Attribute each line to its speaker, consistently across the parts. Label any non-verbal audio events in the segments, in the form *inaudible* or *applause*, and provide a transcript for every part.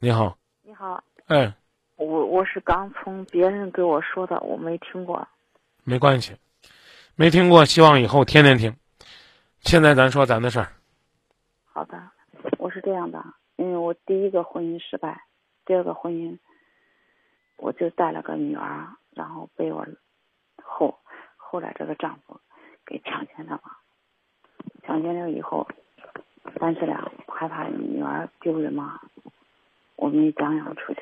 Speaker 1: 你好，
Speaker 2: 你好，
Speaker 1: 哎，
Speaker 2: 我我是刚从别人给我说的，我没听过。
Speaker 1: 没关系，没听过，希望以后天天听。现在咱说咱的事儿，
Speaker 2: 好的，我是这样的，因为我第一个婚姻失败，第二个婚姻，我就带了个女儿，然后被我后后来这个丈夫给强奸了嘛。强奸了以后，咱这俩害怕女儿丢人嘛，我没张扬出去，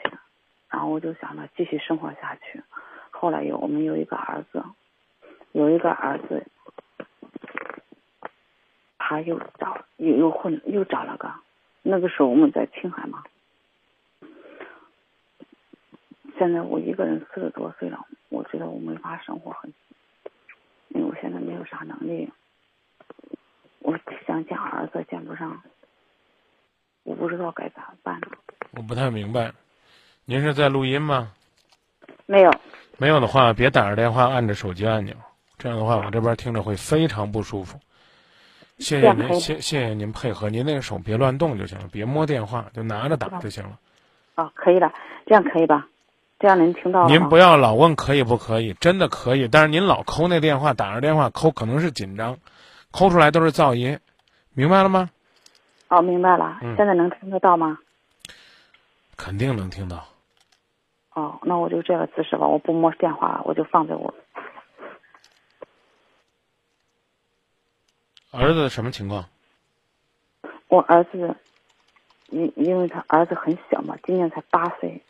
Speaker 2: 然后我就想着继续生活下去。后来有我们有一个儿子，有一个儿子他又找又又混又找了个，那个时候我们在青海嘛。现在我一个人四十多岁了，我觉得我没法生活很，因为我现在没有啥能力，我想见儿子见不上，我不知道该咋办呢。
Speaker 1: 我不太明白，您是在录音吗？
Speaker 2: 没有，
Speaker 1: 没有的话，别打着电话按着手机按钮，这样的话我这边听着会非常不舒服。谢谢
Speaker 2: 这样可以
Speaker 1: 您，谢谢谢您配合，您那个手别乱动就行了，别摸电话，就拿着打就行了。
Speaker 2: 啊，可以了，这样可以吧？这样您听到了吗？
Speaker 1: 您不要老问可以不可以，真的可以，但是您老抠那电话，打着电话抠，可能是紧张，抠出来都是噪音，明白了吗？
Speaker 2: 哦，明白了，
Speaker 1: 嗯
Speaker 2: 现在能听得到吗？
Speaker 1: 肯定能听到。
Speaker 2: 哦，那我就这个姿势吧，我不摸电话，我就放在我
Speaker 1: 儿子什么情况？
Speaker 2: 我儿子，因因为他儿子很小嘛，今年才八岁，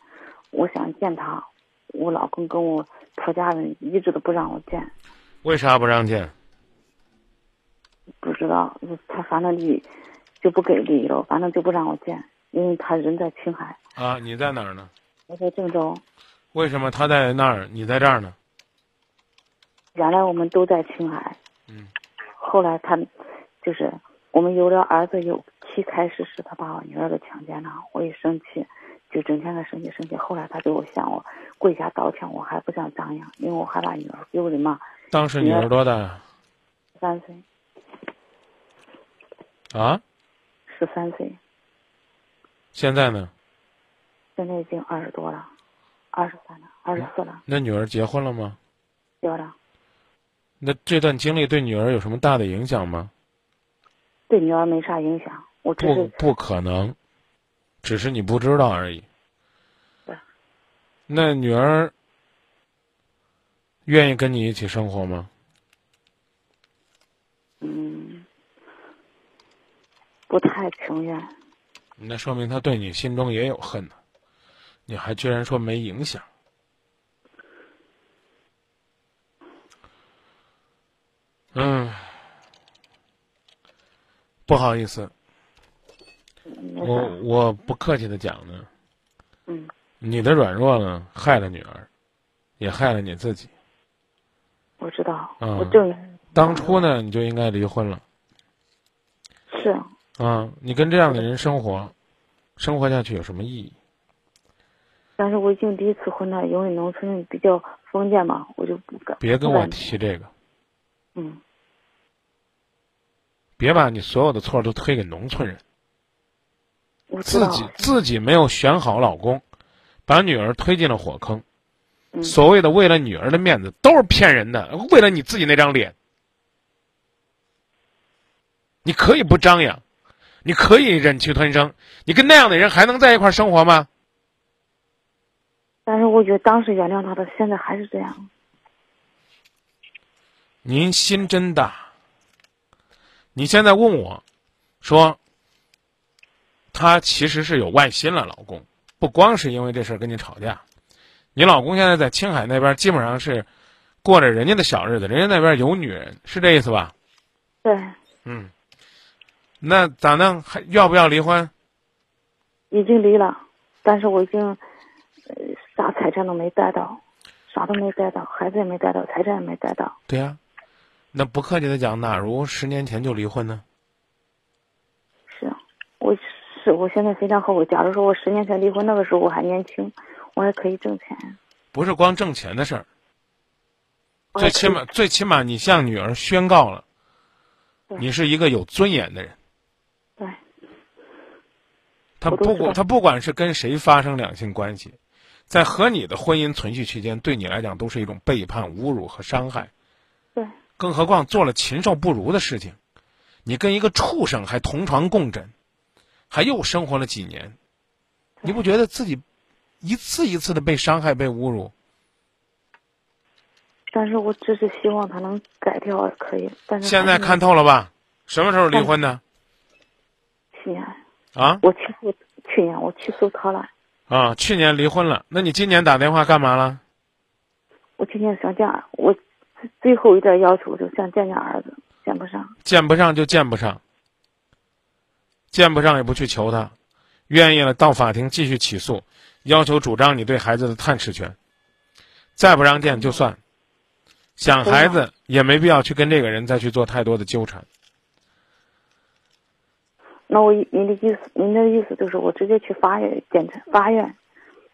Speaker 2: 我想见他，我老公跟我婆家人一直都不让我见，
Speaker 1: 为啥不让见？
Speaker 2: 不知道他反正理就不给理由，反正就不让我见，因为他人在青海，
Speaker 1: 啊，你在哪儿呢？
Speaker 2: 我在郑州，
Speaker 1: 为什么他在那儿，你在这儿呢？
Speaker 2: 原来我们都在青海，
Speaker 1: 嗯，
Speaker 2: 后来他就是我们有了儿子有期开始时，他把我女儿给强奸了，我一生气，就整天的生气生气。后来他给我向我跪下道歉，我还不想张扬，因为我害怕女儿丢人嘛。
Speaker 1: 当时女儿多大呀
Speaker 2: 十三岁，
Speaker 1: 啊？
Speaker 2: 十三岁，
Speaker 1: 现在呢？
Speaker 2: 现在已经二十多了，二十三了，二十四了，
Speaker 1: 那女儿结婚了吗？
Speaker 2: 有了。
Speaker 1: 那这段经历对女儿有什么大的影响吗？
Speaker 2: 对女儿没啥影响，我只
Speaker 1: 不
Speaker 2: 是，
Speaker 1: 不可能，只是你不知道而已
Speaker 2: 对。
Speaker 1: 那女儿愿意跟你一起生活吗？
Speaker 2: 嗯，不太情愿。
Speaker 1: 那说明她对你心中也有恨呢、你还居然说没影响？嗯，不好意思，
Speaker 2: 没
Speaker 1: 我
Speaker 2: 事，
Speaker 1: 我不客气的讲呢，
Speaker 2: 嗯，
Speaker 1: 你的软弱呢，害了女儿，也害了你自己。
Speaker 2: 我知道，
Speaker 1: 嗯
Speaker 2: 我正
Speaker 1: 当初呢，你就应该离婚了
Speaker 2: 是
Speaker 1: 啊！你跟这样的人生活，生活下去有什么意义？
Speaker 2: 但是我已经离一次婚了，因为农村比较封建嘛，我就不敢。
Speaker 1: 别跟
Speaker 2: 不
Speaker 1: 我
Speaker 2: 敢。
Speaker 1: 提这个，
Speaker 2: 嗯，
Speaker 1: 别把你所有的错都推给农村人，
Speaker 2: 我知
Speaker 1: 自
Speaker 2: 道。
Speaker 1: 己自己没有选好老公，把女儿推进了火坑。
Speaker 2: 嗯
Speaker 1: 所谓的为了女儿的面子，都是骗人的，为了你自己那张脸。你可以不张扬，你可以忍气吞声，你跟那样的人还能在一块儿生活吗？
Speaker 2: 但是我觉得当时原谅他的，现在还是这样。
Speaker 1: 您心真大。你现在问我，说，她其实是有外心了，老公不光是因为这事儿跟你吵架，你老公现在在青海那边基本上是过着人家的小日子，人家那边有女人，是这意思吧？
Speaker 2: 对，
Speaker 1: 嗯，那咋弄？还要不要离婚？
Speaker 2: 已经离了，但是我已经，呃，啥财产都没带到，啥都没带到，孩子也没带到，财产也没带到。
Speaker 1: 对呀、那不客气的讲，哪如十年前就离婚呢？
Speaker 2: 是，我是我现在非常后悔。假如说我十年前离婚，那个时候我还年轻，我还可以挣钱。
Speaker 1: 不是光挣钱的事儿，
Speaker 2: 我
Speaker 1: 最
Speaker 2: 还可以
Speaker 1: 起码最起码你向女儿宣告了，
Speaker 2: 对
Speaker 1: 你是一个有尊严的人。
Speaker 2: 对，
Speaker 1: 他
Speaker 2: 我都
Speaker 1: 不
Speaker 2: 知
Speaker 1: 管
Speaker 2: 道
Speaker 1: 他不管是跟谁发生两性关系，在和你的婚姻存续期间，对你来讲都是一种背叛、侮辱和伤害。
Speaker 2: 对，
Speaker 1: 更何况做了禽兽不如的事情，你跟一个畜生还同床共枕，还又生活了几年，你不觉得自己一次一次的被伤害、被侮辱？
Speaker 2: 但是我只是希望他能改掉，可以。但是
Speaker 1: 现在看透了吧？什么时候离婚的？
Speaker 2: 去年，
Speaker 1: 啊
Speaker 2: 我起诉去年我起诉他了，
Speaker 1: 啊，去年离婚了，那你今年打电话干嘛了？
Speaker 2: 我今天想见儿我最最后一点要求就想见见儿子，见不上。
Speaker 1: 见不上就见不上，见不上也不去求他，愿意了到法庭继续起诉，要求主张你对孩子的探视权，再不让见就算，想孩子也没必要去跟这个人再去做太多的纠缠。
Speaker 2: 那我一您的意思，您的意思就是我直接去法院检察法院，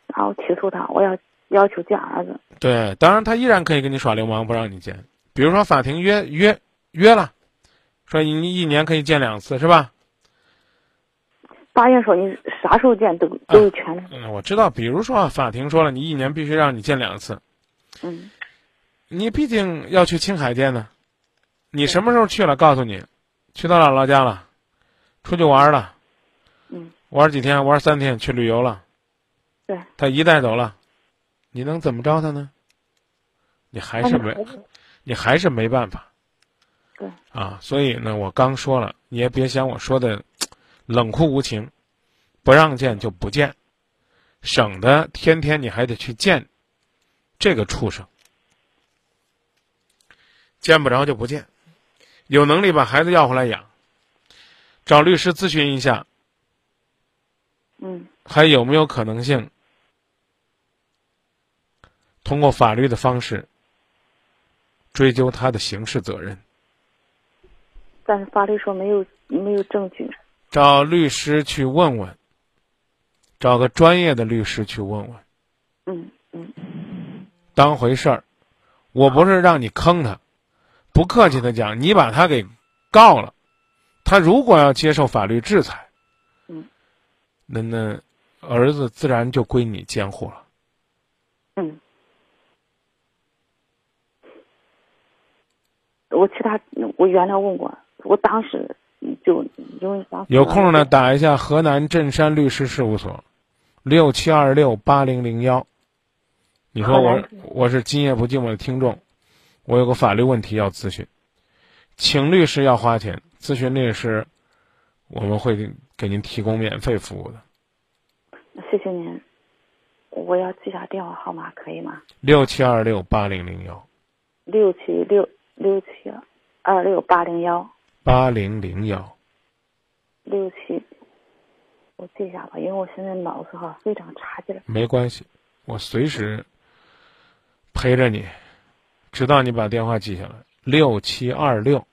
Speaker 2: 然后起诉他，我要要求见儿子。
Speaker 1: 对，当然他依然可以跟你耍流氓，不让你见。比如说法庭约约约了，说你一年可以见两次，是吧？
Speaker 2: 法院说你啥时候见都都有权利。
Speaker 1: 嗯，我知道。比如说法庭说了，你一年必须让你见两次，
Speaker 2: 嗯，
Speaker 1: 你毕竟要去青海见呢，你什么时候去了？告诉你，去到姥姥家了，出去玩了，
Speaker 2: 嗯，
Speaker 1: 玩几天，玩三天，去旅游了，
Speaker 2: 对，
Speaker 1: 他一带走了，你能怎么着他呢？你还是
Speaker 2: 但
Speaker 1: 没
Speaker 2: 孩，子
Speaker 1: 你还是没办法
Speaker 2: 对，
Speaker 1: 啊。所以呢，我刚说了，你也别嫌我说的冷酷无情，不让见就不见，省得天天你还得去见这个畜生。见不着就不见，有能力把孩子要回来养，找律师咨询一下，
Speaker 2: 嗯，
Speaker 1: 还有没有可能性通过法律的方式追究他的刑事责任？
Speaker 2: 但是法律说没有没有证据。
Speaker 1: 找律师去问问，找个专业的律师去问问，
Speaker 2: 嗯嗯
Speaker 1: 当回事儿。我不是让你坑他，不客气的讲，你把他给告了，他如果要接受法律制裁，
Speaker 2: 嗯，
Speaker 1: 那那儿子自然就归你监护了。
Speaker 2: 嗯。我其他我原来问过，我当时就因为当时
Speaker 1: 有空呢，打一下河南镇山律师事务所，六七二六八零零幺。你说
Speaker 2: 河
Speaker 1: 我
Speaker 2: 南镇
Speaker 1: 我是今夜不寂寞的听众，我有个法律问题要咨询，请律师要花钱，咨询律师我们会给给您提供免费服务的。
Speaker 2: 谢谢您，我要记下电话号码可以吗？
Speaker 1: 六七二六八零零幺
Speaker 2: 六七六六七二六八零幺
Speaker 1: 八零零幺，
Speaker 2: 六七，我记一下吧，因为我现在脑子哈非常差劲儿。
Speaker 1: 没关系，我随时陪着你，直到你把电话记下来。六七二六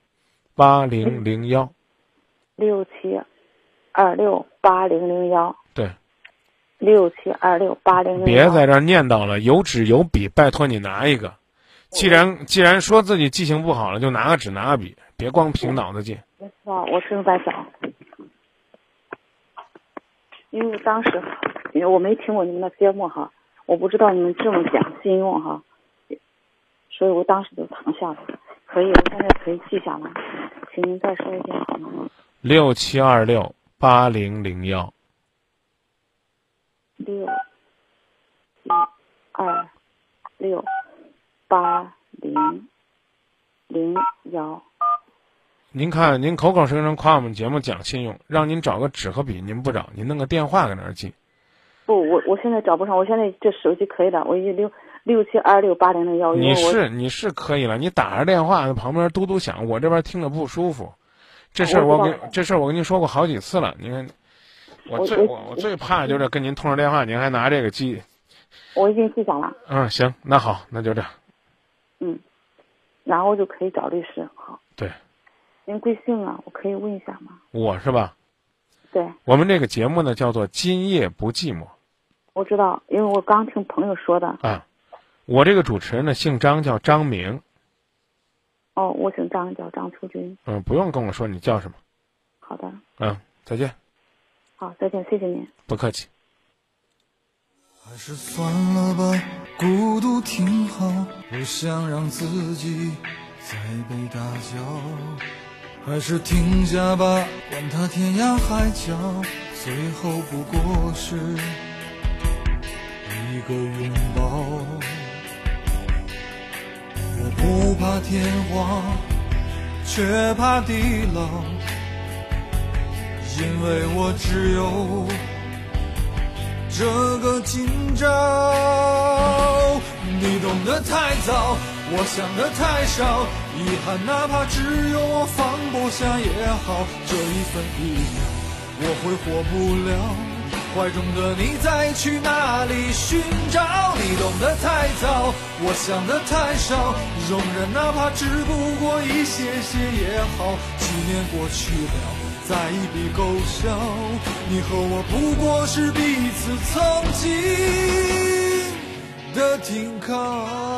Speaker 1: 八零零幺，
Speaker 2: 六七二六八零零幺
Speaker 1: 对。
Speaker 2: 六七二六八零零。
Speaker 1: *laughs* 别在这儿念叨了，有纸有笔，拜托你拿一个。既然既然说自己记性不好了，就拿个纸拿个笔，别光凭脑子记。
Speaker 2: 我知道，我正在找，因为当时因为我没听过你们的节目哈，我不知道你们这么讲信用哈，所以我当时就躺下了。可以，我现在可以记下来，请您再说一遍好吗？
Speaker 1: 六七二六八零零幺，
Speaker 2: 六一二六八零零幺，
Speaker 1: 您看您口口声声夸我们节目讲信用，让您找个纸和笔，您不找，您弄个电话搁那儿记。
Speaker 2: 不，我我现在找不上，我现在这手机可以了，我已经六六七二六八零零哦幺，因为
Speaker 1: 你
Speaker 2: 我
Speaker 1: 是你是可以了，你打着电话旁边嘟嘟响，我这边听着不舒服。这事儿
Speaker 2: 我
Speaker 1: 我
Speaker 2: 知道
Speaker 1: 跟这事儿我跟您说过好几次了，您看，我
Speaker 2: 我
Speaker 1: 最
Speaker 2: 我
Speaker 1: 我我最怕就是跟您通着电话，您还拿这个记。
Speaker 2: 我已经记下了。
Speaker 1: 嗯，行，那好，那就这样。
Speaker 2: 嗯，然后就可以找律师。好，
Speaker 1: 对，
Speaker 2: 您贵姓啊？我可以问一下吗？
Speaker 1: 我是吧？
Speaker 2: 对，
Speaker 1: 我们这个节目呢叫做《今夜不寂寞
Speaker 2: 我知道，因为我刚听朋友说的。》
Speaker 1: 啊。我这个主持人呢姓张，叫张明。
Speaker 2: 哦，我姓张，叫张秋军。
Speaker 1: 嗯，不用跟我说你叫什么。
Speaker 2: 好的，
Speaker 1: 嗯，再见。
Speaker 2: 好，再见，谢谢您。
Speaker 1: 不客气。
Speaker 3: 还是算了吧，孤独挺好，不想让自己再被打搅。还是停下吧，管他天涯海角，最后不过是一个拥抱。我不怕天荒，却怕地老，因为我只有。这个今朝，你懂得太早，我想的太少。遗憾，哪怕只有我放不下也好。这一分一秒，我会活不了。怀中的你，再去哪里寻找？你懂得太早，我想的太少。容忍，哪怕只不过一些些也好。几年过去了。再一笔勾销，你和我不过是彼此曾经的停靠。